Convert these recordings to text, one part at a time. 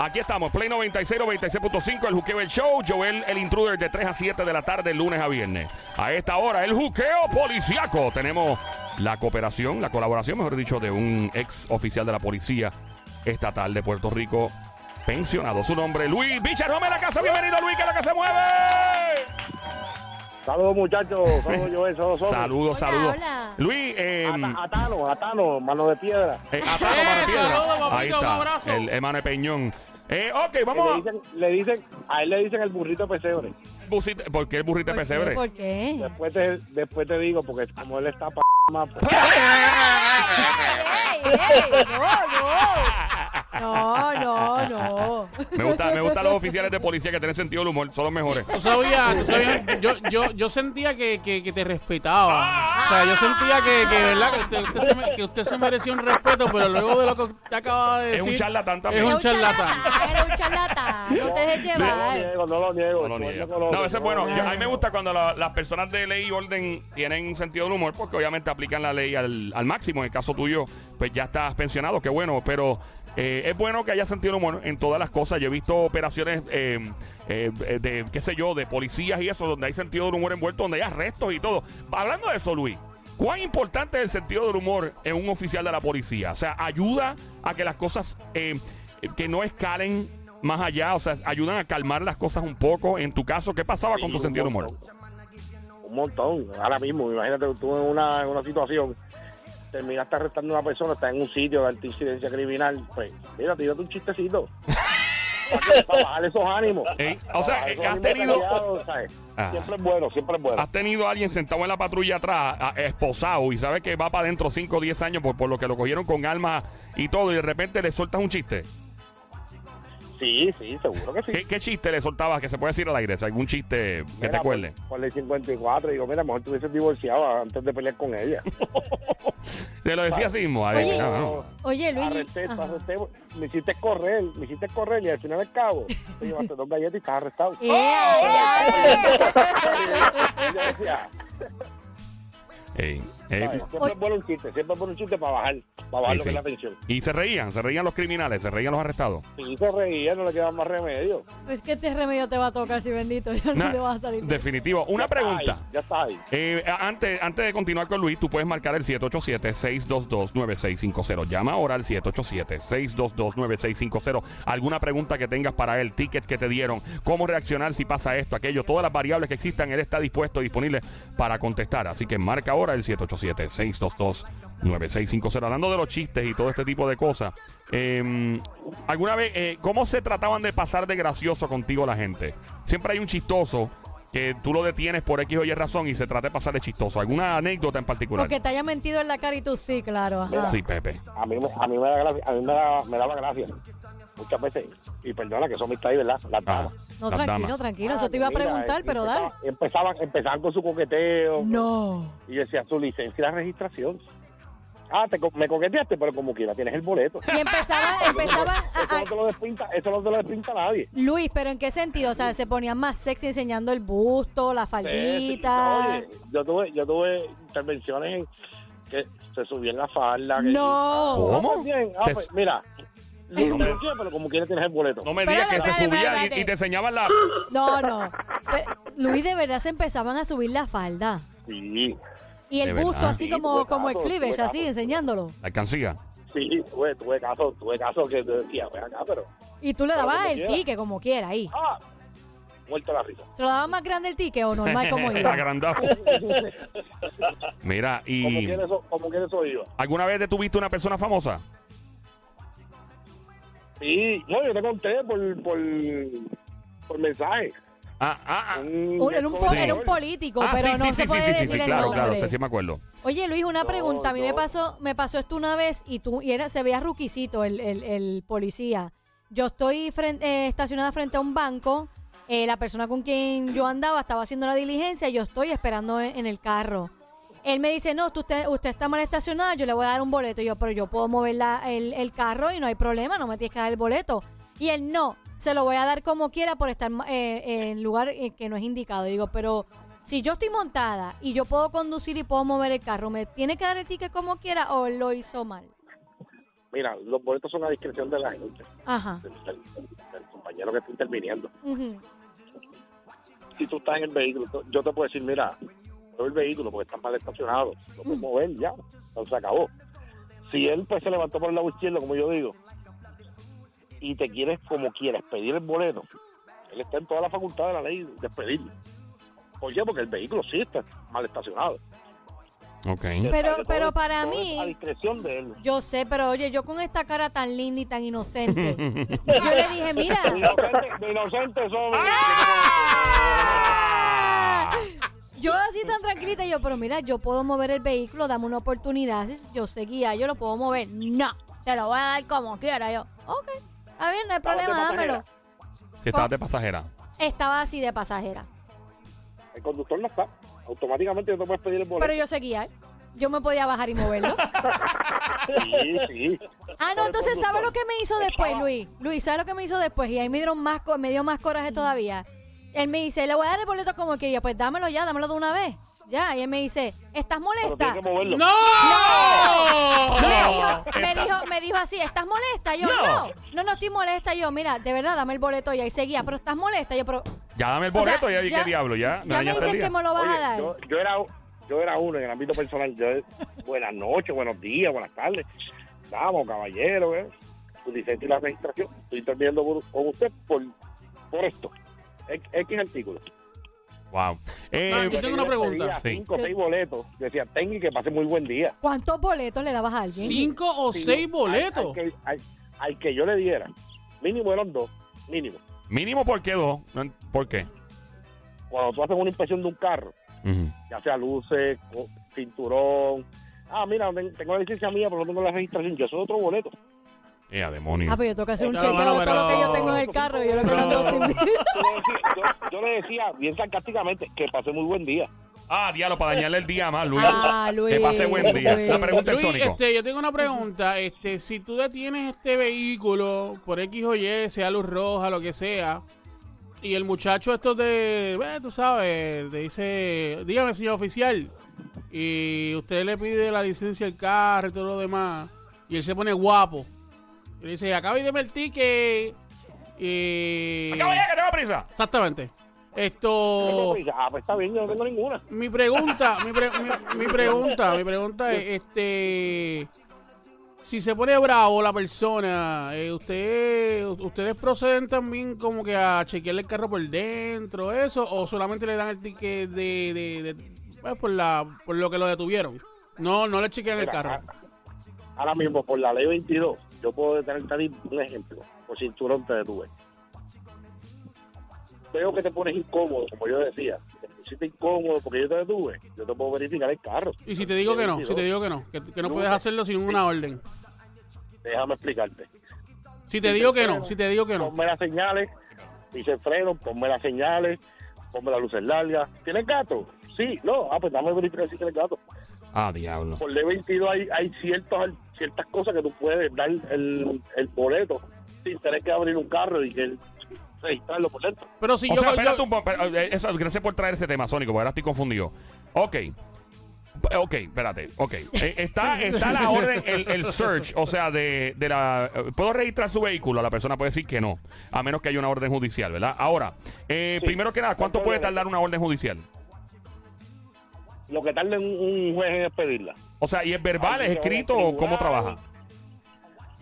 Aquí estamos, Play 96, 96.5, el Juqueo El Show. Joel, el intruder, de 3 a 7 de la tarde, lunes a viernes. A esta hora, el Juqueo Policiaco. Tenemos la cooperación, la colaboración, mejor dicho, de un ex oficial de la Policía Estatal de Puerto Rico, pensionado. Su nombre, Luis Bichar Romero, la casa. Bienvenido, Luis, que la casa se mueve. Saludos muchachos, saludos Joel, saludos Somi. Saludos, Hola, saludos. hola. Luis, eh, Ata- Atano, atano, mano de piedra. eh, atado, Ah, Eh, mano de piedra. saludos, papito, Ahí un está, abrazo. El hermano de Peñón. Eh, ok, Le vamos a. dicen, le dicen, a él le dicen el burrito pesebre. Busita- ¿Por qué el burrito de ¿Por Pues, qué? pesebre? ¿Por qué? Después te, después te digo, porque como él está pa más, pues, ¡Ey, ey! No, no. No, no, Me gusta, me gustan los oficiales de policía que tienen sentido del humor, son los mejores. Tú sabías, tú sabías, yo, yo, yo sentía que, que, que te respetaba. O sea, yo sentía que, que ¿verdad? Que usted, usted se me- que usted se merecía un respeto, pero luego de lo que usted acaba de Es un decir. charlatán Es también. un Era charlatán. Era un charlatán. No te dejes no lo llevar. niego, no lo niego. No, lo Soy niego. loco, loco, No, eso es bueno. no. Yo- a mí me gusta cuando la- las personas de ley y orden tienen un sentido del humor, porque obviamente aplican la ley al, al máximo. En el caso tuyo, pues ya estás pensionado, qué bueno. Pero eh, es bueno que haya sentido del humor en todas las cosas. Yo he visto operaciones eh, eh, eh, de, qué sé yo, de policías y eso, donde hay sentido del humor envuelto, donde hay arrestos y todo. Hablando de eso, Luis. ¿Cuán importante es el sentido del humor en un oficial de la policía? O sea, ayuda a que las cosas eh, que no escalen más allá, o sea, ayudan a calmar las cosas un poco. En tu caso, ¿qué pasaba con tu un sentido del humor? montón. Un montón. Ahora mismo, imagínate tú en una, en una situación, terminaste arrestando a una persona, está en un sitio de alta incidencia criminal, pues, mira, tírate un chistecito. para, que- para bajar esos ánimos. Ey, o sea, Para esos has ánimos tenido- Ah. peleados, ¿sabes? Ajá. Siempre es bueno, siempre es bueno. Has tenido a alguien sentado en la patrulla atrás, a- esposado, y sabes que va para adentro 5 o 10 años por, por lo que lo cogieron con armas y todo, y de repente le sueltas un chiste. Sí, sí, seguro que sí. ¿Qué, qué chiste le soltabas que se puede decir al aire? Si algún chiste que te Mira, acuerdes. Por, por el 54, digo, mira, mejor te hubieses divorciado antes de pelear con ella. Te lo decía así mismo. ahí, Oye. no, no. Oye, Luis. Arresté, ajá. arresté, me hiciste correr, me hiciste correr y al final del cabo, te llevaste dos galletas y estás arrestado. Eh, Oh, ¡Ea, ya! Y yo decía, Eh, Ey, ey, "Ay, siempre es bueno un chiste, siempre es bueno un chiste para bajar, para bajar Ahí lo que sí. es la tensión. Y se reían, se reían los criminales, se reían los arrestados. Si se reía, no le quedaba más remedio. Pues que este remedio te va a tocar, si bendito. Ya no Na- te vas a salir. definitivo. Una Ya está ahí, pregunta. ya está ahí. Eh, a- antes, antes de continuar con Luis, tú puedes marcar el 787-622-9650. Llama ahora al 787-622-9650. Alguna pregunta que tengas para él, tickets que te dieron, cómo reaccionar si pasa esto, aquello, todas las variables que existan, él está dispuesto y disponible para contestar. Así que marca ahora el 787-622-9650. Hablando de los chistes y todo este tipo de cosas, eh, ¿alguna vez eh, cómo se trataban de pasar de gracioso contigo la gente? Siempre hay un chistoso que tú lo detienes por X o Y razón y se trata de pasarle chistoso. ¿Alguna anécdota en particular? Oh, Porque te haya mentido en la cara y tú sí, claro. Ajá. Sí, Pepe. A mí, me- a mí me da gracia, a mí me, da, me daba gracia muchas veces. Y perdona que son mis ahí, ¿verdad? Ah, Las damas. No, las tranquilo, damas. tranquilo. Eso te iba a Mira, preguntar, eh, pero dale. empezaba- Empezaban, empezaban con su coqueteo. No. Y decía, su licencia y la registración. Ah, te co- me coqueteaste, pero como quiera, tienes el boleto. Y empezaban, empezaban Eso a- no a- te lo despinta, eso no te lo despinta nadie. Luis, pero ¿en qué sentido? O sea, se ponían más sexy enseñando el busto, la Eh, Sí, sí, faldita. oye, yo tuve, yo tuve intervenciones en que se subía en la falda. que- No. Ah, ¿Cómo? pues bien, ah, Se- pues mira, lo coqueteé, pero como quiera tienes el boleto. No me Espérate, digas que se espérate, subía y, espérate. y te enseñaban la... No, no. Pero, Luis, de verdad se empezaban a subir la falda. Sí, Y el De busto verdad. pues, así Sí, como, tuve como el casos, cleavage, tuve así casos. enseñándolo. La alcancía. sí, tuve, tuve caso, tuve caso que yo decía, ven acá, pero, Y tú le Pero dabas como el quiera. tique como quiera ahí. ah, muerto la risa. ¿Se lo daba más grande el tique o normal como iba? Agrandado. Mira, Como y... quiera eso, como quiera eso iba. ¿Alguna vez detuviste una persona famosa? Sí, no, yo te conté por, por, por mensaje. Ah, ah, ah. Un- Era un, po- Sí. era un político, Ah, pero sí, no sí, se sí, sí, puede sí, sí, decir el claro, nombre. claro, sí, sí me acuerdo. Oye, Luis, una No, pregunta. A mí me no. pasó, me pasó esto una vez y tú y era, se veía ruquicito el, el- el policía. Yo estoy fren- eh, estacionada frente a un banco. eh, la persona con quien yo andaba estaba haciendo la diligencia y yo estoy esperando e-, en, en el carro. Él me dice, no, tú- usted, usted está mal estacionada, yo le voy a dar un boleto. Y yo, pero yo puedo mover la- el, el carro y no hay problema, no me tienes que dar el boleto. Y él, no, se lo voy a dar como quiera por estar eh, en lugar eh, que no es indicado. Y digo, pero si yo estoy montada y yo puedo conducir y puedo mover el carro, ¿me tiene que dar el ticket como quiera o él lo hizo mal? Mira, los boletos son a discreción de la gente, Ajá. del, del- del compañero que está interviniendo. Ujú. Si tú estás en el vehículo, tú- yo te puedo decir, mira, mueve el vehículo porque está mal estacionado, lo Mm. puedo mover ya, entonces se acabó. Si él pues se levantó por el lado izquierdo, como yo digo, y te quieres como quieres pedir el boleto, él está en toda la facultad de la ley de pedirlo. ¿Por qué? Porque el vehículo sí está mal estacionado. Ok. Pero- Todo es- pero para todo es mí- A discreción de él. Yo sé, pero oye, yo con esta cara tan linda y tan inocente, yo le dije, mira, De inocente somos. Ah. yo así tan tranquilita, y yo, pero mira, yo puedo mover el vehículo, dame una oportunidad, si yo seguía, yo lo puedo mover. No, te lo voy a dar como quiera. Yo, ok, está bien, no hay Estaba de problema, dámelo. pasajera. Si estabas de pasajera. Estaba así de pasajera. El conductor no está. Automáticamente no te puedes pedir el boleto. Pero yo seguía, ¿eh? yo me podía bajar y moverlo. Sí, sí. Ah, no, entonces, ¿sabes lo que me hizo después, Luis? Luis, ¿sabes lo que me hizo después? Y ahí me, dieron más, co- me dio más coraje todavía. Él me dice, le voy a dar el boleto como quería. Pues dámelo ya, dámelo de una vez. Ya, y él me dice, ¿estás Pero molesta? tienes que moverlo. ¡No! Me, dijo, me, dijo, me dijo así, ¿estás molesta? Yo, no. no, no, estoy molesta. Yo, mira, de verdad, dame el boleto. Y ahí seguía, pero ¿estás molesta? Yo, pero... Ya dame el o sea, boleto ya, y qué diablo, ya. Ya me dices entendía. que me lo vas Oye, a dar. yo, yo era, yo era uno en el ámbito personal. Yo, buenas noches, buenos días, buenas tardes. Vamos, caballero. ¿eh? Su licencia y la registración. Estoy interviniendo por- con usted por, por esto. X- X artículo. Wow. Eh, No, yo tengo una pregunta. Pedía Sí. Cinco o seis boletos. Yo decía, tenga y que pase muy buen día. ¿Cuántos boletos le dabas a alguien? Cinco o seis Al, al boletos. que, al- al que yo le diera. Mínimo eran dos. Mínimo. Mínimo, ¿por qué dos? No ent- ¿Por qué? Cuando tú haces una inspección de un carro, Ujú. ya sea luces, co- cinturón. Ah, mira, ten- tengo la licencia mía, pero no tengo la registración. Yo soy otro boleto. Ea, demonio. Ah, pero yo tengo que hacer un No, chequeo de bueno, todo lo que pero- yo tengo en el carro. y Yo lo que no tengo No. sin Yo le decía, yo- yo le decía bien sarcásticamente que pasé muy buen día. Ah, diablo, para dañarle el día más, Luis. Ah, Luis, Que pase buen día. Luis. La pregunta es Luis, Sónico. este, yo tengo una pregunta. Este, si tú detienes este vehículo por X o Y, sea luz roja, lo que sea, y el muchacho esto de, eh, tú sabes, te dice, dígame señor oficial, y usted le pide la licencia del carro y todo lo demás, y él se pone guapo, y le dice, acaba de ver el ticket, y... Acaba ya, que tengo prisa. Exactamente. Esto... Y dice, ah, pues está bien, yo no tengo ninguna. Mi pregunta, mi, pre- mi- mi pregunta, mi pregunta es, este, si se pone bravo la persona, eh, usted, ustedes proceden también como que a chequearle el carro por dentro, eso, o solamente le dan el ticket de, de- de- pues, por la, por lo que lo detuvieron. No, no le chequean el Mira, carro. a- Ahora mismo, por la ley 22, yo puedo detenerte a ti, un ejemplo. Por cinturón te detuve. Veo que te pones incómodo, como yo decía. Si te pusiste incómodo porque yo te detuve, yo te puedo verificar el carro. Y si te digo que no, si te digo que no, que, que no puedes hacerlo sin una orden. Déjame explicarte. Si te digo que no, si te digo que no. Ponme las señales, dice freno, ponme las señales, ponme las luces largas. ¿Tienes gato? Sí, no. Ah, pues dame verificar si tienes gato. Ah, diablo. Por ley 22 hay, hay ciertos, ciertas cosas que tú puedes dar el, el boleto sin tener que abrir un carro y que registrarlo por dentro. Pero si o yo... sea, yo- espérate un poco. espera, eh, eso, Gracias por traer ese tema, Sónico, porque ahora estoy confundido. Ok. P- Ok, espérate. Ok. Eh, Está, está la orden, el, el search, o sea, de, de la. eh, Puedo registrar su vehículo. La persona puede decir que no, a menos que haya una orden judicial, ¿verdad? Ahora, eh, Sí. primero que nada, ¿cuánto puede tardar una orden judicial? Lo que tarda un, un juez en expedirla. O sea, ¿y es verbal, Ay, es yo escrito o cómo tribunal. trabaja?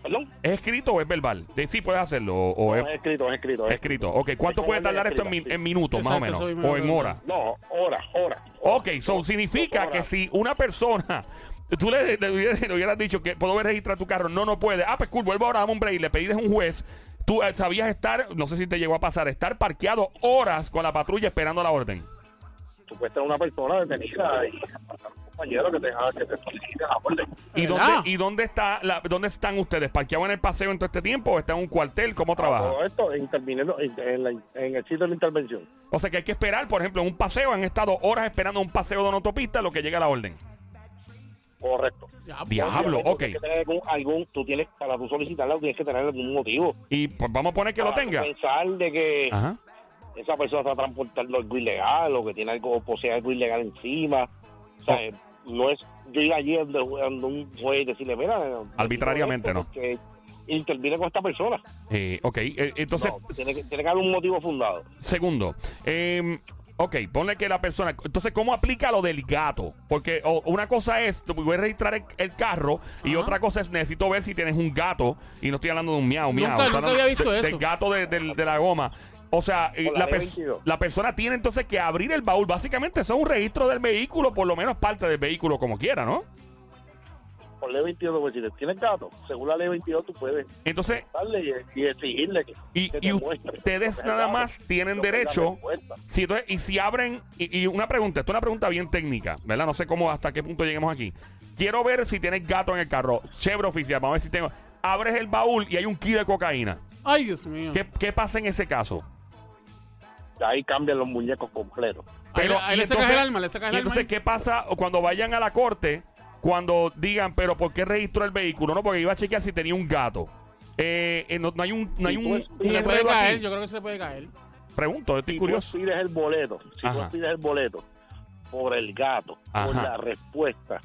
¿Perdón? ¿Es escrito o es verbal? De, sí, puedes hacerlo. O, o Pues- No, es es escrito, es escrito. es escrito. Ok, ¿cuánto es puede como ley tardar esto en, min- escrita, sí. en minutos, Exacto, más eso o mismo menos? O en iba a horas. No, hora, hora. Ok, so significa que si una persona. Tú le, le hubieras- le hubieras dicho que puedo ver registrar tu carro, no, no puede. Ah, pues cool, vuelvo ahora, dame un break. Le pediste a un juez. Tú eh, sabías estar, no sé si te llegó a pasar, estar parqueado horas con la patrulla esperando la orden. Supuesta una persona detenida y un compañero que te, que te solicite la orden. ¿Y dónde, ¿Verdad? ¿Y dónde está la- dónde están ustedes? ¿Parqueados en el paseo en todo este tiempo o está en un cuartel? ¿Cómo trabaja? Todo esto interviniendo en, en la- en el sitio de la intervención. O sea que hay que esperar, por ejemplo, en un paseo. Han estado horas esperando un paseo de una autopista lo que llega la orden. Correcto. Ya, Diablo, Obviamente, tú ok. tienes que tener algún, algún- tú tienes, para tú solicitarla, tienes que tener algún motivo. Y pues, vamos a poner que lo Para tú tenga. Pensar de que Ajá. esa persona está transportando algo ilegal o que tiene algo, posee algo ilegal encima. O sea, eh, no es yo ir allí donde, donde un juez y decirle, mira, Arbitrariamente, digo esto porque Interviene con esta persona. Eh, ok, eh, entonces, No, tiene, que, tiene que haber un motivo fundado. Segundo, eh, ok, ponle que la persona. Entonces, ¿cómo aplica lo del gato? Porque o- una cosa es, tú voy a registrar el, el carro y otra cosa es, necesito ver si tienes un gato. Y no estoy hablando de un miau, miau. estoy Nunca- nunca hablando había visto de- eso. Del gato de, del- de la goma. O sea, eh, Con la la, ley pers- 22. la persona tiene entonces que abrir el baúl. Básicamente, eso es un registro del vehículo, por lo menos parte del vehículo, como quiera, ¿no? Por ley 22, pues si le tienes gato, según la ley 22, tú puedes Entonces, darle y, y exigirle que, Y- que y te muestre. ustedes Porque, nada claro, más tienen no te dan derecho- respuesta. Sí, entonces, y si abren, y, y una pregunta, esto es una pregunta bien técnica, ¿verdad? No sé cómo, hasta qué punto lleguemos aquí. Quiero ver si tienes gato en el carro. Chévere oficial, vamos a ver si tengo. Abres el baúl y hay un kilo de cocaína. Ay, Dios mío. ¿Qué, qué pasa en ese caso? Ahí cambian los muñecos completos. Ahí le- ahí y le sacas el alma, le sacas el y alma entonces, ahí. ¿qué pasa cuando vayan a la corte? Cuando digan, pero ¿por qué registró el vehículo? No, porque iba a chequear si tenía un gato. Eh, eh, no, no hay un. No hay un, pues, un Se le puede enredo aquí. caer, yo creo que se le puede caer. Pregunto, yo estoy Si curioso. tú pides el boleto, si Ajá. tú pides el boleto por el gato, por Ajá. la respuesta,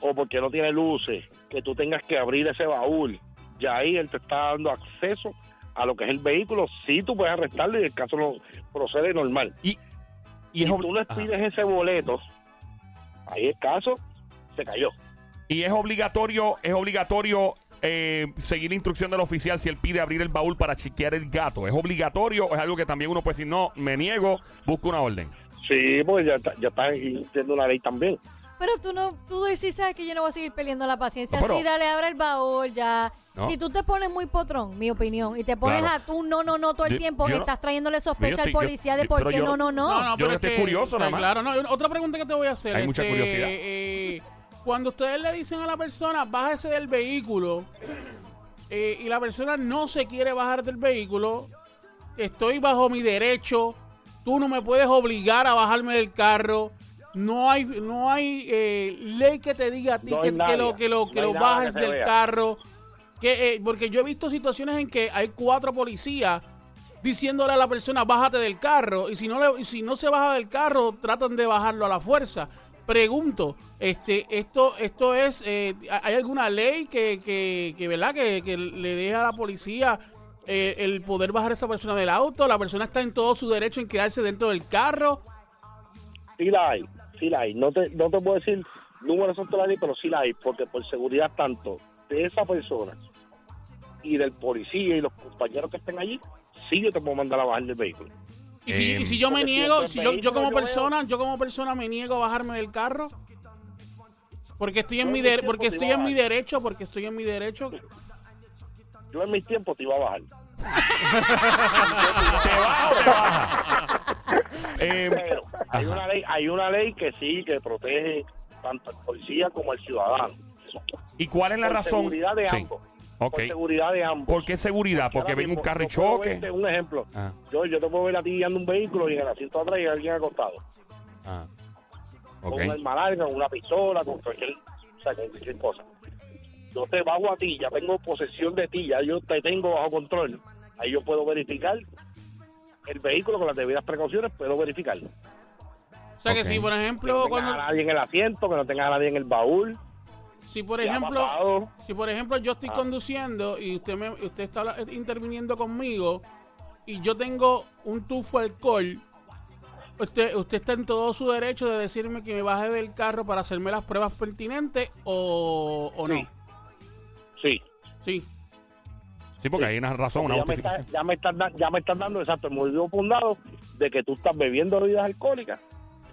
o porque no tiene luces, que tú tengas que abrir ese baúl, ya ahí él te está dando acceso a lo que es el vehículo, si tú puedes arrestarlo y el caso no procede normal. Y es si ob- tú le Ajá. pides ese boleto, ahí el caso se cayó. Y es obligatorio, es obligatorio eh, seguir la instrucción del oficial si él pide abrir el baúl para chequear el gato. ¿Es obligatorio o es algo que también uno puede decir, no, me niego, busco una orden? Sí, pues ya está, ya está existiendo una ley también. Pero tú no, tú sí sabes que yo no voy a seguir peleando la paciencia. No, pero- sí, dale, abre el baúl ya. No. Si tú te pones muy potrón, mi opinión, y te pones Claro. a tú no, no, no todo el Yo- tiempo, yo no- estás trayéndole Yo sospecha estoy- al policía yo- de por pero qué yo- no, no, no. yo creo que es estoy curioso nada más. este, Claro, no. y Otra pregunta que te voy a hacer. este, Hay mucha curiosidad. eh, cuando ustedes le dicen a la persona, bájese del vehículo, eh, y la persona no se quiere bajar del vehículo, estoy bajo mi derecho, tú no me puedes obligar a bajarme del carro. No hay, no hay eh, ley que te diga a ti No que, hay que nadie, lo, que lo, que no hay lo nada bajes que se del vea. carro. Que, eh, porque yo he visto situaciones en que hay cuatro policías diciéndole a la persona bájate del carro y si no le- y si no se baja del carro tratan de bajarlo a la fuerza pregunto este esto esto es eh, hay alguna ley que que, que, verdad que, que le deja a la policía eh, el poder bajar a esa persona del auto la persona está en todo su derecho en quedarse dentro del carro Sí la hay, sí la hay. No te, no te puedo decir números son totales, pero sí la hay, porque por seguridad tanto de esa persona y del policía y los compañeros que estén allí, sí yo te puedo mandar a bajar del vehículo. y si, Em. y si yo me Porque si niego el si yo, yo vehículo como yo veo- persona yo como persona me niego a bajarme del carro porque estoy en No, mi yo de- siempre porque te estoy iba a en mi bajar. derecho porque estoy en mi derecho Yo en mis tiempos te iba a bajar. ¿Te baja o te baja? Eh, Pero hay ajá. una ley, hay una ley que sí, que protege tanto al policía como al ciudadano. ¿Y cuál es la Por razón? seguridad de Sí. ambos. Ok. Por seguridad de ambos. ¿Por qué seguridad? Ahora Porque venga un mismo, carro y yo puedo choque. verte Un ejemplo. Ah. Yo, yo te puedo ver a ti guiando un vehículo y en el asiento atrás y alguien acostado. Ah, Con una ok. arma larga, con una pistola, con cualquier, o sea, con cualquier cosa. Yo te bajo a ti, ya tengo posesión de ti, ya yo te tengo bajo control. Ahí yo puedo verificar el vehículo con las debidas precauciones, puedo verificarlo. O sea Ok. que si por Que no ejemplo tengas cuando a nadie en el asiento, que no tengas a nadie en el baúl. si por ya oh. ejemplo pasado. si por ejemplo yo estoy conduciendo y usted me usted está la- interviniendo conmigo y yo tengo un tufo de alcohol usted usted está en todo su derecho de decirme que me baje del carro para hacerme las pruebas pertinentes o, o no. Sí. Sí. Sí, porque hay una razón, una ya, me está- justificación. ya me estás da- ya me estás dando exacto el motivo fundado de que tú estás bebiendo bebidas alcohólicas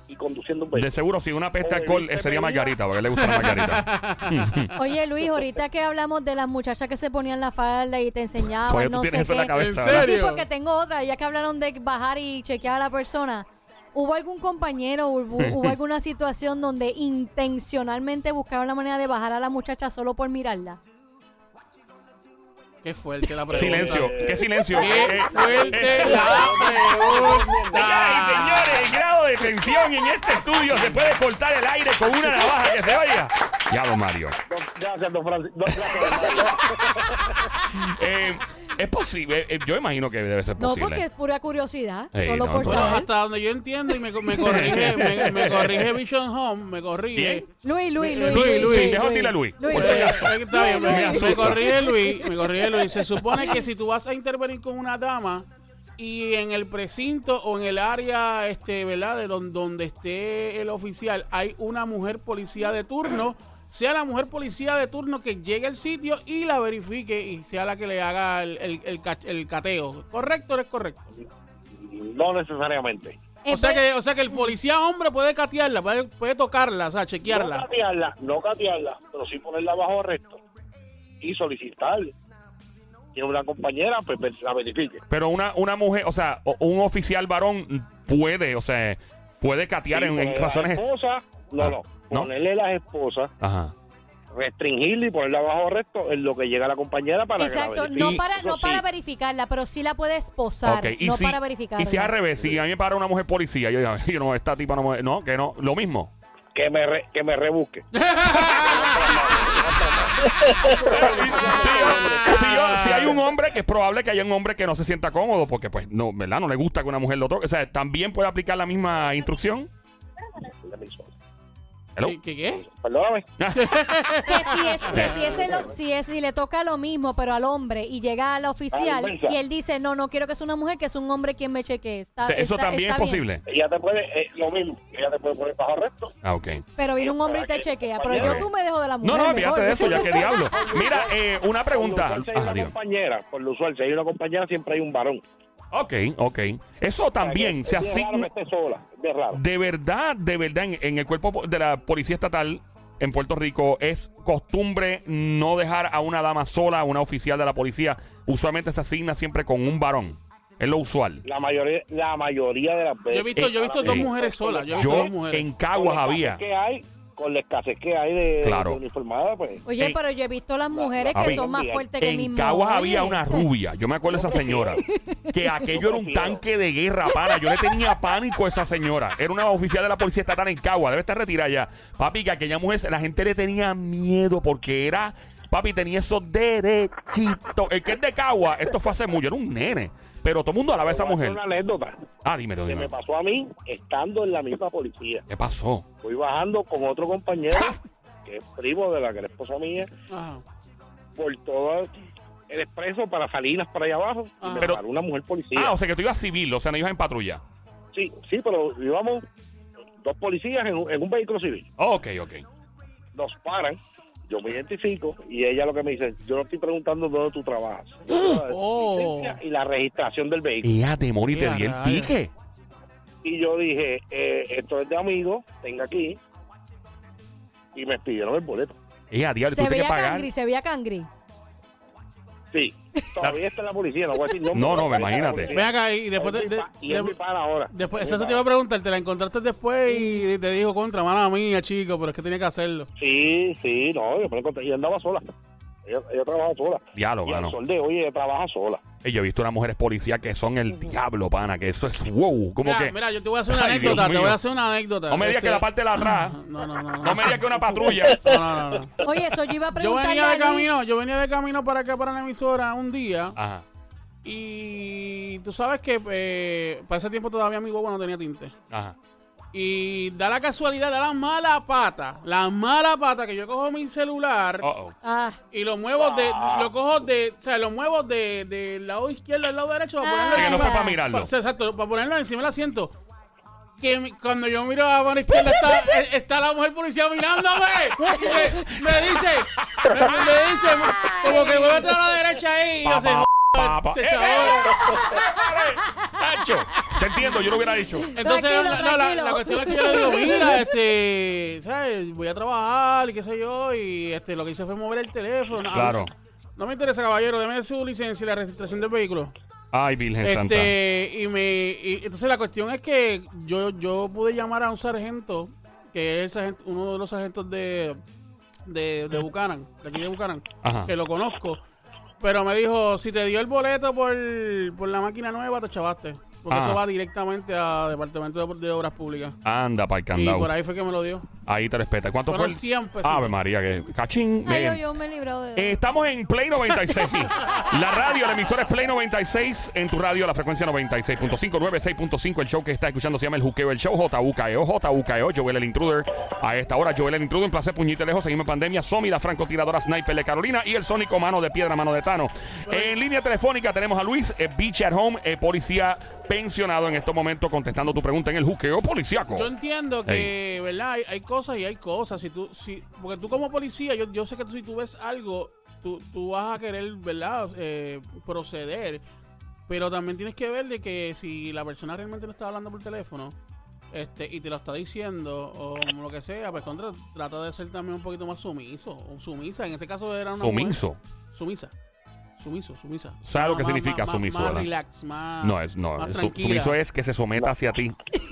y conduciendo un De vehículo. seguro, si una pesta de alcohol eh, sería margarita, porque a él le gusta la margarita. Oye, Luis, ahorita que hablamos de las muchachas que se ponían la falda y te Todavía Ah, enseñaban, Pues tú no tienes sé eso en la qué. cabeza. ¿En ¿verdad? Sí, serio? porque tengo otra, ya que hablaron de bajar y chequear a la persona. ¿Hubo algún compañero, hubo, hubo alguna situación donde intencionalmente buscaron la manera de bajar a la muchacha solo por mirarla? Qué fuerte la pregunta. Silencio, qué silencio. Eh, Qué eh, fuerte eh, la Señoras y pregunta. señores, el grado de tensión en este estudio se puede cortar el aire con una navaja que se oiga. Ya lo Mario. Gracias, don Francisco. Don- gracias, don Mario. Eh, Es posible, eh, yo imagino que debe ser No, posible. porque es pura curiosidad. Ey, solo no, por pero- Pero saber. hasta donde yo entiendo y me, me corrige, me, me corrige Vision Home, me corrige. Bien. Luis, Luis, Luis. Luis, Luis. Sí, mejor dile a Luis, Luis, por Eh, si Luis. acaso. está bien, Luis, me- Luis. me corrige Luis, me corrige Luis. Se supone que si tú vas a intervenir con una dama y en el precinto o en el área, este, ¿verdad? De don- donde esté el oficial, hay una mujer policía de turno. Sea la mujer policía de turno que llegue al sitio y la verifique y sea la que le haga el, el- el cach- el cateo. ¿Correcto o no es correcto? No necesariamente. Eh, O sea, pues, que, o sea que el policía hombre puede catearla, puede, puede tocarla, o sea, No chequearla. catearla, no catearla, pero sí ponerla bajo arresto y solicitarle que una compañera pues, ver- la verifique. Pero una, una mujer, o sea, o- un oficial varón puede, o sea, puede catear Y en, en poner a la razones. esposa, no, Ah, no, ¿no? ponerle las esposas, Ajá. restringirle y ponerla bajo arresto en lo que llega la compañera para que la Exacto, verifique. no para, Eso no sí. para verificarla, pero sí la puede esposar, Ok, y no si, para verificarla. Y si es al revés, si a mí me para una mujer policía, yo digo, yo no, esta tipa no me. No, que no, lo mismo. que me, re- que me rebusque. Pero, y- si, yo- si yo- si hay un hombre, que es probable que haya un hombre que no se sienta cómodo, porque, pues, no, ¿verdad? No le gusta que una mujer lo toque. O sea, también puede aplicar la misma instrucción. Hello. ¿Qué, qué, qué? Perdóname. Que si es, que si es el- si es- si le toca lo mismo, pero al hombre, y llega al oficial, inversa. y él dice, no, no quiero que sea una mujer, que es un hombre quien me chequee. Está, O sea, eso está- también es está bien. posible. Ella te puede, eh, lo mismo, ella te puede poner bajo arresto. Ah, ok. Pero viene un hombre y te chequea, pero Ok. yo tú me dejo de la No, mujer no, mejor. fíjate de eso, ya que diablo. Mira, eh, una pregunta. Por lo usual, si hay Ah, una digo. compañera, por lo usual, si hay una compañera, siempre hay un varón. Ok, ok. Eso también Es se bien raro asigna. que esté sola, es bien raro. De verdad, de verdad, en, en el cuerpo de la policía estatal en Puerto Rico es costumbre no dejar a una dama sola, a una oficial de la policía. Usualmente se asigna siempre con un varón. Es lo usual. La mayoría, la mayoría de las veces. Yo he visto, yo he visto Eh, dos eh, mujeres solas. Yo he visto Yo dos mujeres. en Con Caguas la escasez había. que hay, con la escasez que hay de, Claro. de uniformada, pues. Oye, En- pero yo he visto las mujeres Papi, que son más fuertes que el En mismo. Caguas hombre. había una rubia. Yo me acuerdo de esa señora. Que aquello era un tanque de guerra, pana. Yo le tenía pánico a esa señora. Era una oficial de la policía estatal en Caguas. Debe estar retirada ya. Papi, que aquella mujer, la gente le tenía miedo porque era. Papi, tenía esos derechitos. El que es de Caguas, esto fue hace mucho. Era un nene. Pero todo el mundo alaba a esa Te voy a hacer mujer. Una anécdota Ah, dímelo, que me dímelo. pasó a mí estando en la misma policía. ¿Qué pasó? Fui bajando con otro compañero, que es primo de la que era esposa mía, Ajá. por todo el expreso para Salinas para allá abajo. y Ah. me Pero- paró una mujer policía. Ah, o sea que tú ibas civil, o sea, no ibas en patrulla. Sí, sí, pero íbamos dos policías en, un- en un vehículo civil. Ok, ok. Nos paran, yo me identifico y ella lo que me dice, yo no estoy preguntando dónde tú trabajas. Yo quiero la Oh. licencia Y la registración del vehículo. Ea, temor y te Ea, di el rayos. pique. Y yo dije, eh, esto es de amigo, tenga aquí. Y me pidieron el boleto. Ea, diablo, tú Se tienes que veía pagar. cangri, se veía cangri. Sí, todavía está en la policía, no voy a decir nombre, No, no, pero está en la imagínate. policía. Ven acá y después... Y De, es mi de- pa- y es mi de- pana ahora. después Es eso mi te iba a pana. preguntar, te la encontraste después y te dijo contra, mala mía, chico, pero es que tenía que hacerlo. Sí, sí, no, yo me lo encontré. Y andaba sola. Ella, ella trabajaba sola. Diablo, y al mano. sol de hoy ella trabaja sola. Ey, Yo he visto unas mujeres policías que son el diablo, pana, que eso es wow. Como Mira, que. mira, yo te voy a hacer una Ay, Dios anécdota, te mío. voy a hacer una anécdota. no me digas Este- que la parte de la atrás. No, no, no. No, No me digas que una patrulla. no, no, no, no. Oye, eso yo iba a Yo preguntarle venía de a Luis. camino, yo venía de camino para acá, para la emisora, un día, Ajá. y tú sabes que eh, para ese tiempo todavía mi huevo no tenía tinte. Ajá. Y da la casualidad, da la mala pata, la mala pata que yo cojo mi celular Oh, oh. Ah, y lo muevo de, lo cojo de, o sea, lo muevo de, del lado izquierdo al lado derecho para Ah. ponerlo Sí, que no encima. fue para mirarlo. Pa- o sea, exacto, para ponerlo encima del asiento. Que mi- cuando yo miro a mano izquierda está, eh, está la mujer policía mirándome. Me, me dice, me, me dice, como que vuelve a la derecha ahí y yo se Pa, pa, pa. se Eh, chavó. Nacho, te entiendo, yo lo hubiera dicho. Entonces, Tranquilo, no, no, la, tranquilo. la cuestión es que yo le digo, mira, este, ¿sabes? Voy a trabajar y qué sé yo, y este, lo que hice fue mover el teléfono. Ah, Claro. No me interesa, caballero, deme su licencia y la registración del vehículo. Ay, Virgen Santa. Este, y me, y- entonces la cuestión es que yo, yo pude llamar a un sargento, que es el sargento- uno de los sargentos de, de, de Bucanan, de aquí de Bucanan, Ajá. que lo conozco. Pero me dijo, si te dio el boleto por, por la máquina nueva, te chavaste. Porque Ah. eso va directamente a Departamento de, de Obras Públicas. Anda, para el Y por candado. ahí fue que me lo dio. Ahí te respeta. ¿Cuánto Fueron fue? el- 100 pesitos. Ave María, que cachín. Ay, yo, Bien. yo me he librado de. Eh, Estamos en Play 96. la radio, la emisora es Play 96. En tu radio, la frecuencia 96.5, 96.5. El show que está escuchando se llama El Juqueo, el show JUKEO, JUKEO. E Joel el Intruder. A esta hora, Joel el Intruder. Un placer, puñito y lejos. Seguimos en pandemia. Somi, la francotiradora sniper de Carolina. Y el sónico mano de piedra, mano de Tano. En línea telefónica tenemos a Luis, eh, Beach at Home, eh, policía pensionado en estos momentos, contestando tu pregunta en el Juqueo Policiaco. Yo entiendo que, ¿verdad? Hay, hay cosas y hay cosas. Si tú, si, porque tú como policía, yo, yo sé que tú, si tú ves algo, tú, tú vas a querer, ¿verdad? Eh, proceder. Pero también tienes que ver de que si la persona realmente no está hablando por teléfono este, y te lo está diciendo o como lo que sea, pues contra, trata de ser también un poquito más sumiso o sumisa. En este caso era una mujer. Sumiso. Sumisa. Sumiso, sumisa. ¿Sabes lo que Más- significa más- sumiso, Más, verdad? más relax, más. No, es, no. más su- tranquila. sumiso es que se someta hacia ti. Eh,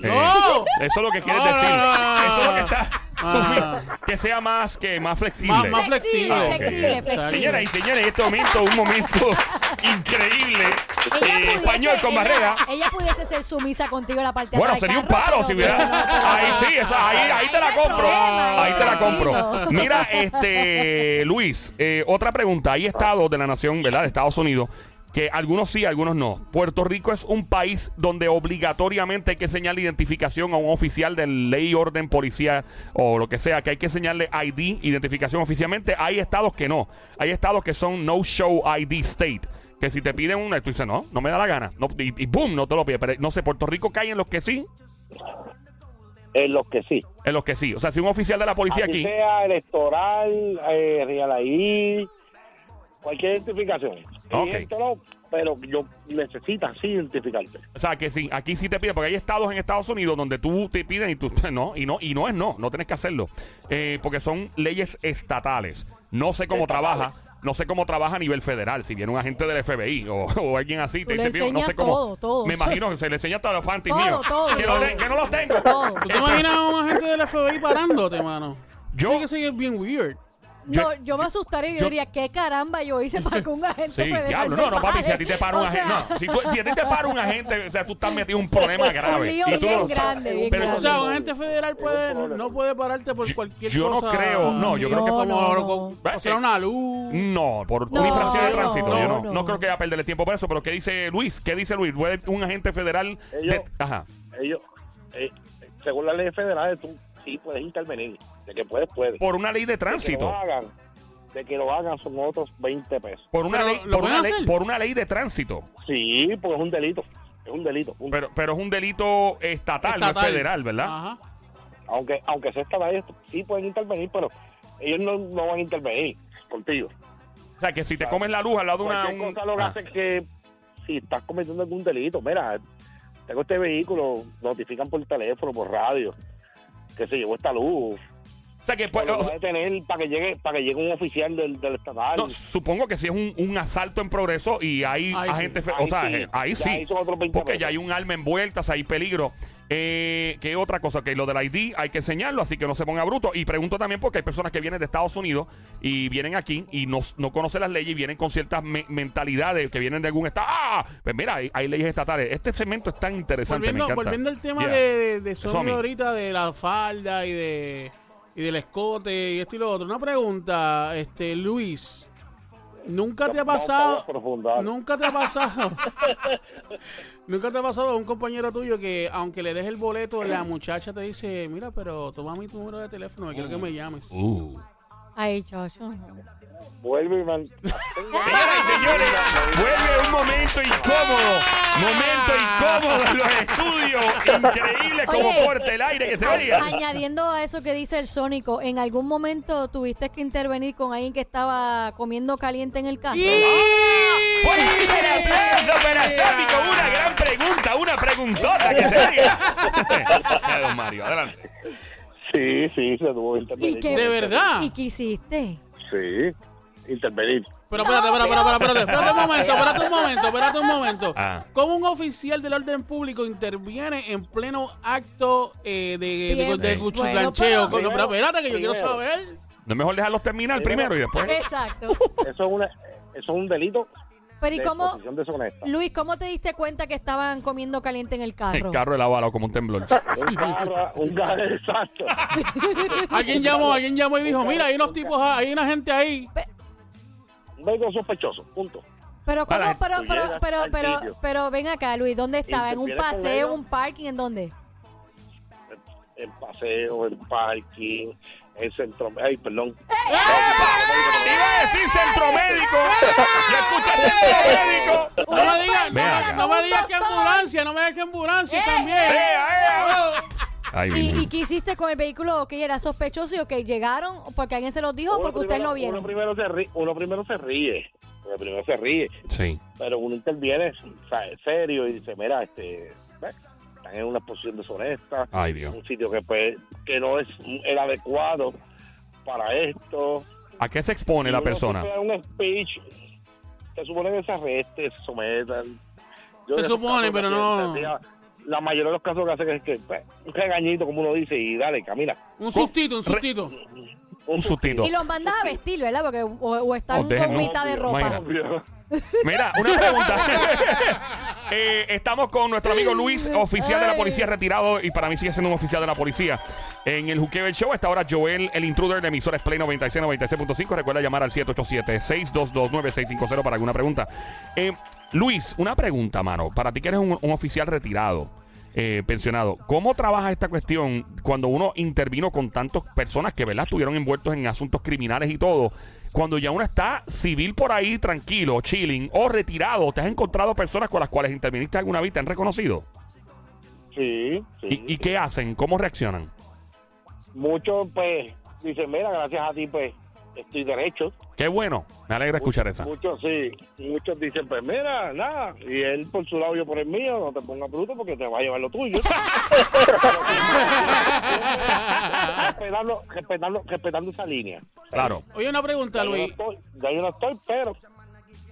Eso ¡No! es lo que quieres No, no, decir. no, no, no, Eso es lo no. que está. Ah. sumiso, que sea más que más flexible. Más, más Flexible, flexible. Ah, ok. flexible, flexible. Señoras y señores, este momento, un momento increíble. Eh, pudiese- español con ella- barrera. Ella pudiese ser sumisa contigo en la parte de Bueno, atrás del sería un carro, paro pero- si hubiera. pero no, pero Ahí no. sí, esa- ahí, ahí te no la hay compro. problema, eh. Ahí te la compro. tranquilo. Mira, este Luis, eh, otra pregunta. Hay estados de la nación, ¿verdad? De Estados Unidos, que algunos sí, algunos no. Puerto Rico es un país donde obligatoriamente hay que señalar identificación a un oficial de ley, orden, policía o lo que sea, que hay que señalarle ID, identificación oficialmente. Hay estados que no. Hay estados que son no show ID state. Que si te piden una, tú dices, no, no me da la gana. No, y, y boom, no te lo pide. Pero no sé, Puerto Rico cae en los que sí, Es lo que sí. en los que sí. O sea, si un oficial de la policía Así aquí. sea electoral, eh, Real ID, cualquier identificación. Ok. Esto no, pero yo necesitas sí identificarte. O sea, que sí, aquí sí te piden, porque hay estados en Estados Unidos donde tú te piden y tú no, y no, y no es no, no tienes que hacerlo. Eh, porque son leyes estatales. No sé cómo trabaja, no sé cómo trabaja a nivel federal. Si viene un agente del FBI o, o alguien así, Tú le "Mira, no enseñas sé cómo. todo, todo. Me imagino que se le enseña hasta los panties Todo, míos. todo, que, no todo. te- que no los tengo. Todo. ¿Tú te imaginas a un agente del FBI parándote, mano? Yo- Tiene que seguir bien weird. Yo- No, yo me asustaría y yo, yo- diría, ¿qué caramba yo hice para que un agente Sí, me dejara diablo. No, no, en papi, paz? si a ti te para un O sea, agente. No, si, tú- si a ti te para un agente, o sea, tú estás metido en un problema grave. lío y tú bien no lo sabes. grande, bien Pero O grande. sea, un agente federal puede, no puede pararte por cualquier yo no cosa. creo, no, yo creo que- eh, como No, no, no. como hacer una luz. No, por No, una infracción de no, tránsito. yo no, no, no. no creo que vaya a perderle tiempo por eso. Pero ¿qué dice Luis? ¿Qué dice Luis? ¿Puede un agente federal? de- Ellos- ajá. Ellos, eh, según las leyes federales, tú sí puedes intervenir. De que puedes, puedes. Por una ley de que lo tránsito. hagan, de que lo hagan son otros 20 pesos. Por una, Pero, ley, ¿lo por, pueden una ley, hacer? por una ley de tránsito. Sí, porque es un delito. Es un delito. Un- Pero, pero es un delito estatal, no es estatal. federal, ¿verdad? Ajá. aunque aunque sea esta ley, sí pueden intervenir, pero ellos no, no van a intervenir contigo. O sea, que si te comes la luz al lado de una... Cualquier un- cosa lo que ah. hace es que si estás cometiendo algún delito, mira, tengo este vehículo, notifican por teléfono, por radio, que se llevó esta luz. O sea, que... pues, Bueno, o lo sea, va a detener para que llegue para que llegue un oficial del, del estatal. no, supongo que si es un, un asalto en progreso y hay Ahí sí. agentes... fe- Ahí O sea, sí. eh, ahí Ya sí. ahí son otros 20 Porque ya pesos. hay un alma envuelta, o sea, hay peligro. Eh, ¿Qué otra cosa? Que lo del ID hay que enseñarlo, así que no se ponga bruto. Y pregunto también porque hay personas que vienen de Estados Unidos y vienen aquí y no, no conocen las leyes y vienen con ciertas me- mentalidades que vienen de algún estado. ¡Ah! Pues mira, hay, hay leyes estatales. Este segmento es tan interesante. me Volviendo, encanta. volviendo al tema Yeah. de, de, de Sony Somi. ahorita, de la falda y de y del escote y esto y lo otro. Una pregunta, este Luis. ¿Nunca te ha Vamos para pasado? abajo profundo, dale. Nunca te ha pasado. nunca te ha pasado a un compañero tuyo que aunque le des el boleto, la muchacha te dice, mira, pero toma mi número de teléfono, que quiero que me llames. Uh. Ay, chacho. Vuelve y man- Señoras y señores, Ah. vuelve un momento incómodo. Momento incómodo en los estudios. Increíble como Oye. corta el aire que se A- veía. Añadiendo a eso que dice el Sónico, ¿en algún momento tuviste que intervenir con alguien que estaba comiendo caliente en el Ah, carro? Fuerte el aplauso para Sammy con una gran pregunta, una preguntota que se diga. Ya, don Mario, adelante. Sí, sí, se tuvo que intervenir. ¿Y qué- ¿De verdad? ¿Y qué hiciste? Sí, intervenir. Pero espérate, espérate, espérate, espérate, espérate un momento, espérate un momento, espérate un momento. Ah. ¿Cómo un oficial del orden público interviene en pleno acto eh, de, de, Bien. de Sí. cuchuplancheo? Bueno, Pero espérate, que yo quiero Primero. saber. Eh, Pues. eh, No es mejor dejarlos terminar primero y después. Exacto. Eso es, una, eso es un delito Pero ¿y de cómo, exposición deshonesta. Luis, cómo te diste cuenta que estaban comiendo caliente en el carro? Eh, El carro de la bala como un temblor. Un carro, un carro, exacto. Alguien llamó, alguien llamó y dijo, mira, hay unos tipos, ah, hay una gente ahí. Un vehículo sospechoso, punto. Pero, ¿cómo? Para, Pero, tú pero, llegas pero, al pero, sitio. pero ven acá, Luis, ¿dónde estaba? ¿En un Interfieres con paseo, ella. un parking? ¿En dónde? El paseo, el parking, el centro... Ay, perdón. Iba a decir centro eh, médico. Y escucha centro médico. No me digas, Ve acá. no, no me digas que ambulancia, no me digas que ambulancia también. eh, eh. ¡Ea, ea! Oh. Ay, ¿Y, mi- y qué hiciste con el vehículo? ¿Que era sospechoso y ok, llegaron? ¿Porque alguien se los dijo o porque Uno ustedes primero- lo Uno vieron? primero se ríe, uno primero se ríe, uno primero se ríe, Sí. pero uno interviene o sea, serio y dice, mira, este, ve, están en una posición deshonesta, Ay, Dios. un sitio que pues, que no es el adecuado para esto. ¿A qué se expone la Uno persona? siempre da Un speech, se supone que se arreste, se sometan. Yo Se en esos supone, casos pero también no. tendría- La mayoría de los casos que hacen es que, pues, un regañito, como uno dice, y dale, camina. Un sustito, un sustito. Un sustito. Y los mandas a vestir, ¿verdad? Porque o, o están Oh, con déjenlo. mitad de ropa. Imagínate. Obvio. Mira, una pregunta. Eh, estamos con nuestro amigo Luis, oficial de la Ay. policía retirado, y para mí sigue siendo un oficial de la policía. En el Juqueo del Show, hasta ahora Joel, el intruder de emisores Play 96, 96.5. Recuerda llamar al 787-622-9650 para alguna pregunta. Eh, Luis, una pregunta, mano. Para ti que eres un, un oficial retirado, eh, pensionado, ¿cómo trabaja esta cuestión cuando uno intervino con tantas personas que, ¿verdad?, estuvieron envueltos en asuntos criminales y todo? Cuando ya uno está civil por ahí, tranquilo, chilling, o retirado, ¿te has encontrado personas con las cuales interviniste alguna vez y te han reconocido? Sí, sí. ¿Y, y qué hacen? ¿Cómo reaccionan? Muchos, pues, dicen, mira, gracias a ti, pues, estoy derecho. Qué bueno. Me alegra escuchar esa. Muchos, sí. Muchos dicen, pues, mira, nada. Y él por su lado, yo por el mío, no te pongas bruto porque te va a llevar lo tuyo. respetando, respetando, respetando esa línea. Claro. Oye, una pregunta, Ya yo, no Luis. estoy, ya yo no estoy, pero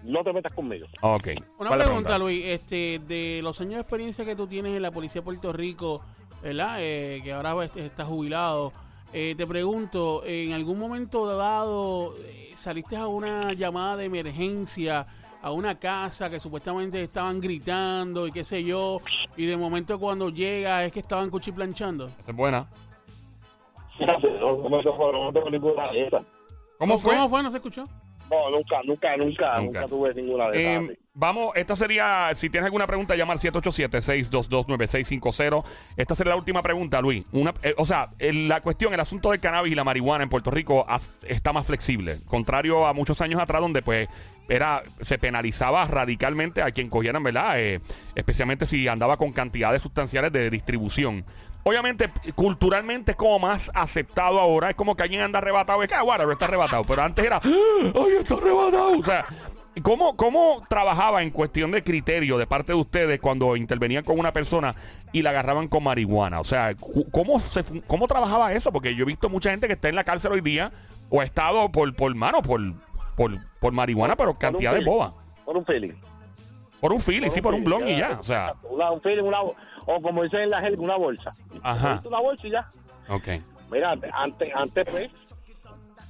no te metas conmigo. Ok. Una ¿Cuál es la pregunta, Luis, este, de los años de experiencia que tú tienes en la Policía de Puerto Rico, ¿verdad? Eh, que ahora este, estás jubilado, eh, te pregunto, ¿en algún momento dado eh, saliste a una llamada de emergencia a una casa que supuestamente estaban gritando y qué sé yo, y de momento cuando llega es que estaban cuchiplanchando? Esa es buena. No, no, tengo- no tengo ninguna de esas. ¿Cómo fue? ¿Cómo fue? ¿No se escuchó? No, nunca, nunca, nunca, Nunca. nunca tuve ninguna de esas. Eh, vamos, esta sería, si tienes alguna pregunta, llama al 787-622-9650. Esta sería la última pregunta, Luis. Una, eh, o sea, el- la cuestión, el asunto del cannabis y la marihuana en Puerto Rico as- está más flexible. Contrario a muchos años atrás, donde pues era se penalizaba radicalmente a quien cogieran, ¿verdad? Eh, especialmente si andaba con cantidades sustanciales de distribución. Obviamente, p- culturalmente es como más aceptado ahora. Es como que alguien anda arrebatado. Es que, ah, whatever, está arrebatado. Pero antes era, ¡ay, está arrebatado! O sea, ¿Cómo, ¿Cómo trabajaba en cuestión de criterio de parte de ustedes cuando intervenían con una persona y la agarraban con marihuana? O sea, cu- ¿cómo, se, fu- cómo trabajaba eso? Porque yo he visto mucha gente que está en la cárcel hoy día o ha estado por, por mano, por, por, por marihuana, pero cantidad de feeling. boba. Por un feeling. Por un fili, sí, por un blon feeling, y ya. O sea, Una- un feeling, una, o como dicen en la jerga, una bolsa. Ajá. Una bolsa y ya. ok. Mira, antes, antes pues,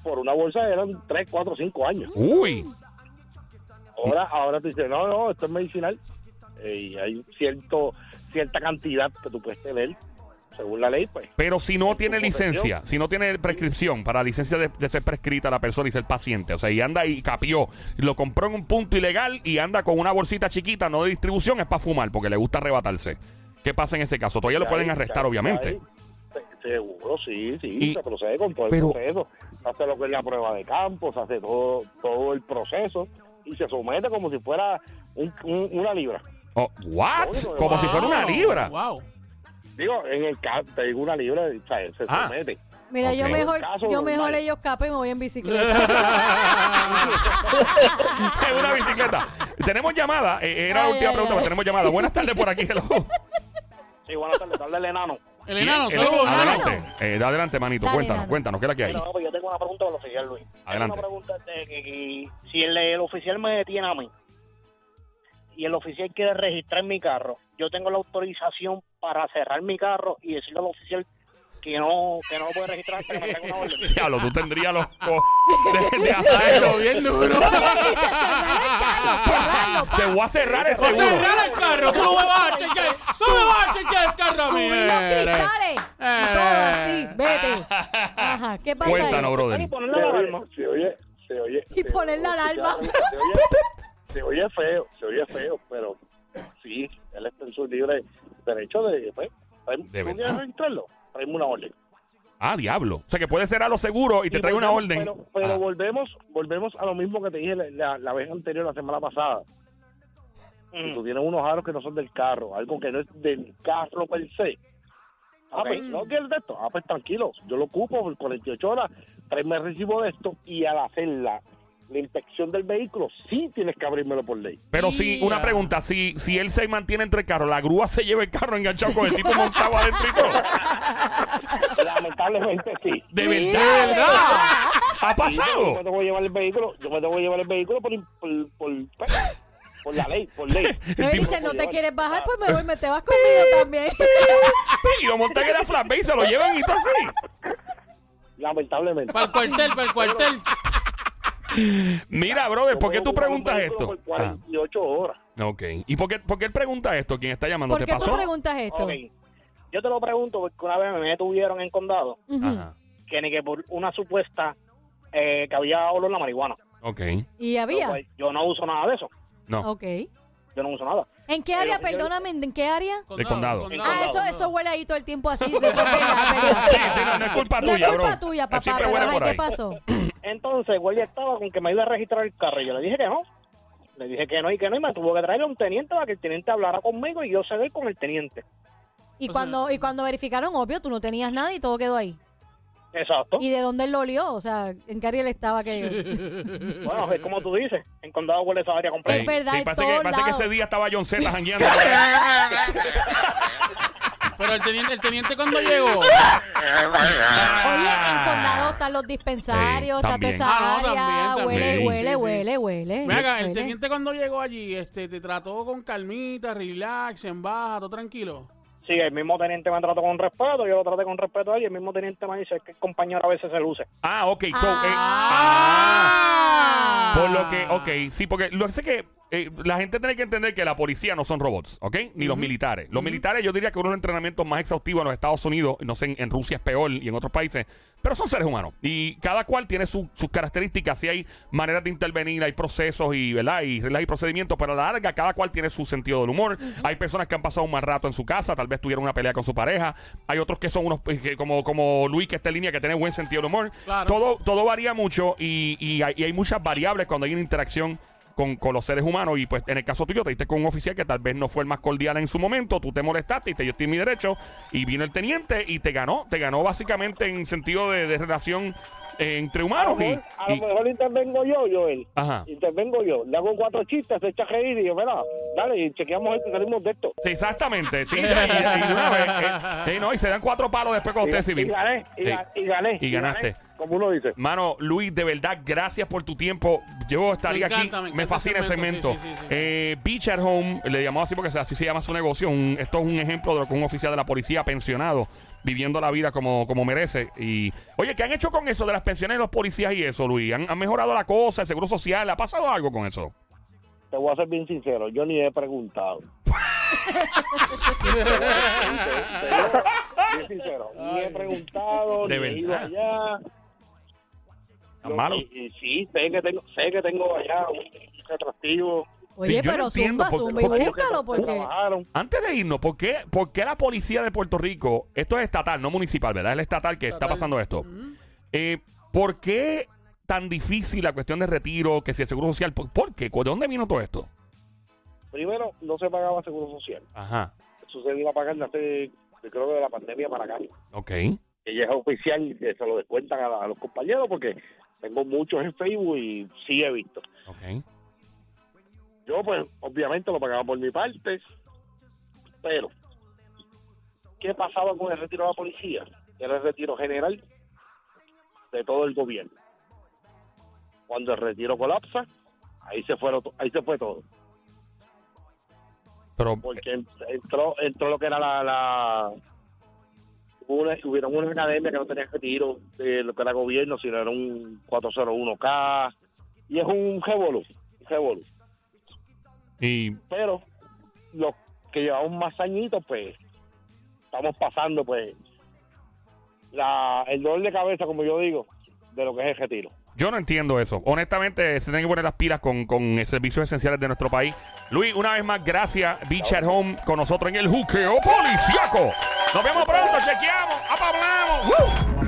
por una bolsa eran 3, 4, 5 años. Uy, Ahora, ahora te dicen, no, no, esto es medicinal. Eh, y hay cierto, cierta cantidad que tú puedes tener, según la ley, pues. pero si no tiene ¿Cómo licencia, si no tiene prescripción para licencia de, de ser prescrita la persona y ser paciente, o sea, y anda y capió, lo compró en un punto ilegal y anda con una bolsita chiquita, no de distribución, es para fumar, porque le gusta arrebatarse. ¿Qué pasa en ese caso? Todavía lo Ya pueden ahí, arrestar, ya obviamente. ahí, se- Seguro, sí, sí, Y- se procede con todo pero- el proceso. Se hace lo que es la prueba de campo, se hace todo, todo el proceso y se somete como si fuera un- un- una libra. Oh, ¿What? Obvio, Como si fuera una Wow, libra. Wow. Digo, en el caso, te digo una libra, o sea, se Ah. somete. Mira, yo Ok. mejor, Caso yo mejor normal. ellos escapo y me voy en bicicleta. Es una bicicleta. tenemos llamada. eh, era la Ay, última ay, pregunta, ay. pero tenemos llamada. Buenas tardes por aquí. hello. Sí, buenas tardes, tarde el enano. El enano, Eh, saludos, enano. adelante, Eh, adelante, manito. Dale, cuéntanos, enano. cuéntanos, ¿qué es la que hay? Pero, pues, yo tengo una pregunta para el oficial, Luis. Adelante. Tengo una pregunta de que, que si el, el oficial me detiene a mí y el oficial quiere registrar mi carro, yo tengo la autorización para cerrar mi carro y decirle al oficial que no, que no lo puede registrar hasta que me tenga una orden. Diablo, tú tendrías los co de, de Ay, hacerlo. lo bien duro. Te voy a cerrar el ¡O seguro. cerrar el carro! ¡Tú no me vas a chequear! ¡Tú no me vas a chequear el carro a mí! Subir los cristales. Eh. Y todo así. Vete. Ajá. ¿Qué pasa Cuéntanos, ahí? Y brother. ponerle Se la oye, alarma. se oye, se oye. Y se poner la oye- alarma. Se oye, se oye feo, se oye feo, pero sí, él está en su libre derecho de... Pues, De trae- ¿Tú verdad. quieres registrarlo? Traeme una orden. Ah, diablo. O sea, que puedes cerrar los seguros y te Y trae una volvemos- orden. Pero, pero Ah. volvemos, volvemos a lo mismo que te dije la, la- la vez anterior, la semana pasada. Mm. Si tú tienes unos aros que no son del carro, algo que no es del carro per se. Ah, Ok. pues, ¿no quieres de esto? Ah, pues tranquilo, yo lo ocupo por 48 horas, tráeme el recibo de esto y al hacer la, la inspección del vehículo, sí tienes que abrírmelo por ley. Pero sí, una Ya. pregunta, si, si él se mantiene entre el carro, la grúa se lleva el carro enganchado con el tipo montado adentro y todo. Lamentablemente sí. De Mira. verdad, ¡Verdad! ha Sí, Yo me pasado. tengo que llevar el vehículo, yo me tengo que llevar el vehículo por, por, por- pues, por la ley, por ley. No, él tipo- dice, no te quieres bajar, pues me voy, me te vas conmigo también. Y lo montan en la flatbed y se lo llevan y todo así. Lamentablemente. Para el cuartel, para el cuartel. Mira, brother, ¿por qué Yo tú voy a preguntas ocupar un esto? vehículo Por 48 horas. Ah, ok. ¿Y por qué, por qué él pregunta esto? ¿Quién está llamando? ¿Por ¿Te qué tú pasó? preguntas esto? Ok. Yo te lo pregunto porque una vez me detuvieron en condado Ujú. Ajá. que ni que por una supuesta eh, que había olor a marihuana. Ok. ¿Y Lo había? cual Yo no uso nada de eso. No. Ok. Yo no uso nada. ¿En qué área? Perdóname, ¿en qué área? De condado. Ah, eso, eso huele ahí todo el tiempo así. De golpe, ya, ya. Sí, sí, no, no es culpa No tuya, es bro. culpa tuya, papá. Siempre Pero, huele ay, por ¿qué ahí. pasó? Entonces, el guardia estaba con que me iba a registrar el carro. Y yo le dije que no. Le dije que no y que no. Y me tuvo que traer a un teniente para que el teniente hablara conmigo y yo ceder con el teniente. Y O cuando, y cuando verificaron, obvio, tú no tenías nada y todo quedó ahí. ¿Oh? Exacto. ¿Y de dónde él lo olió? O sea, ¿en qué área él estaba? Que... Bueno, es como tú dices. En condado huele esa área completa. Es verdad, en parece, todos que, parece que lados. ese día estaba John Z jangueando. Pero el teniente, el teniente cuando llegó. Oye, en condado están los dispensarios, Sí, está toda Ah. también. esa Ah, no, área. también, también. Huele, Sí, huele, sí, sí. huele, huele. Ven acá, el huele. teniente cuando llegó allí, este, te trató con calmita, relax, en baja, todo tranquilo. Sí, el mismo teniente me trató con respeto. Yo lo traté con respeto a él. Y el mismo teniente me dice "Es que el compañero a veces se luce. ah, ok. So, eh, Ah. Por lo que, ok, sí, porque lo que sé que eh, la gente tiene que entender que la policía no son robots, ¿ok? Ni los militares. Los militares yo diría que uno de los entrenamientos más exhaustivos en los Estados Unidos, no sé, en, en Rusia es peor y en otros países, pero son seres humanos. Y cada cual tiene su- sus características, si hay maneras de intervenir, hay procesos y, ¿verdad? Y reglas y procedimientos, pero a la larga cada cual tiene su sentido del humor. Hay personas que han pasado un mal rato en su casa, tal vez tuvieron una pelea con su pareja. Hay otros que son unos, eh, que como, como Luis que está en línea, que tiene buen sentido del humor. Claro. Todo todo, todo varía mucho y, y hay, y hay muchas variables cuando hay una interacción con, con los seres humanos. Y pues en el caso tuyo, te diste con un oficial que tal vez no fue el más cordial en su momento, tú te molestaste y te yo estoy en mi derecho. Y vino el teniente y te ganó, te ganó básicamente en sentido de, de relación eh, entre A lo humanos. mejor, y, a lo y- mejor intervengo yo, Joel. ajá. Intervengo yo. Le hago cuatro chistes, se echa a reír y yo, mira, dale, y chequeamos esto y salimos de esto. Sí, exactamente. Sí, y- y- y una vez, eh, eh, no, y se dan cuatro palos después con Y, usted y civil. gané, y, Sí. ga- y gané. Y ganaste. gané, como uno dice. Mano, Luis, de verdad, gracias por tu tiempo. Yo estaría Me encanta, aquí. me Me, encanta fascina el el segmento, segmento. sí, sí, sí, sí. Eh, Beach at Home, le llamamos así porque así se llama su negocio. Un- esto es un ejemplo de lo que un oficial de la policía pensionado viviendo la vida como, como merece. Y Oye, ¿qué han hecho con eso de las pensiones de los policías y eso, Luis? ¿Han, han mejorado la cosa, el seguro social? ¿Ha pasado algo con eso? Te voy a ser bien sincero, yo ni he preguntado. Te voy a ser bien sincero, ni he preguntado, Ah. De ni he ido verdad. allá. ¿Tan malo? Y, y sí, sé que tengo, sé que tengo allá un atractivo. Yo Oye, no pero entiendo zumba, por- zumba por qué- y búscalo, porque... Trabajaron. Antes de irnos, ¿por qué, por qué la policía de Puerto Rico, esto es estatal, no municipal, ¿verdad? Es la estatal que está Estatal. pasando esto. Eh, ¿Por qué tan difícil la cuestión de retiro, que si el seguro social, ¿por, por qué? ¿De dónde vino todo esto? Primero, no se pagaba seguro social. Ajá, Sucedió a pagar desde, yo creo que de la pandemia para acá. ok. que ya es oficial y que se lo descuentan a, la- a los compañeros porque tengo muchos en Facebook y sí he visto. Ok. Yo pues obviamente lo pagaba por mi parte, pero ¿qué pasaba con el retiro de la policía? Era el retiro general de todo el gobierno. Cuando el retiro colapsa, ahí se fueron, to- ahí se fue todo, Pero, eh, porque en- entró entró lo que era la, la- una, hubieron una academia que no tenía retiro de lo que era gobierno, sino era un 401k. Y es un revolú, revolú. Y Pero los que llevamos más añitos, pues, estamos pasando, pues, la, el dolor de cabeza, como yo digo, de lo que es el retiro. yo no entiendo eso. Honestamente, se tienen que poner las pilas con, con eh, servicios esenciales de nuestro país. Luis, una vez más, gracias. Beach at Home con nosotros en el juqueo policiaco. Nos vemos pronto, chequeamos, apablamos. ¡Woo!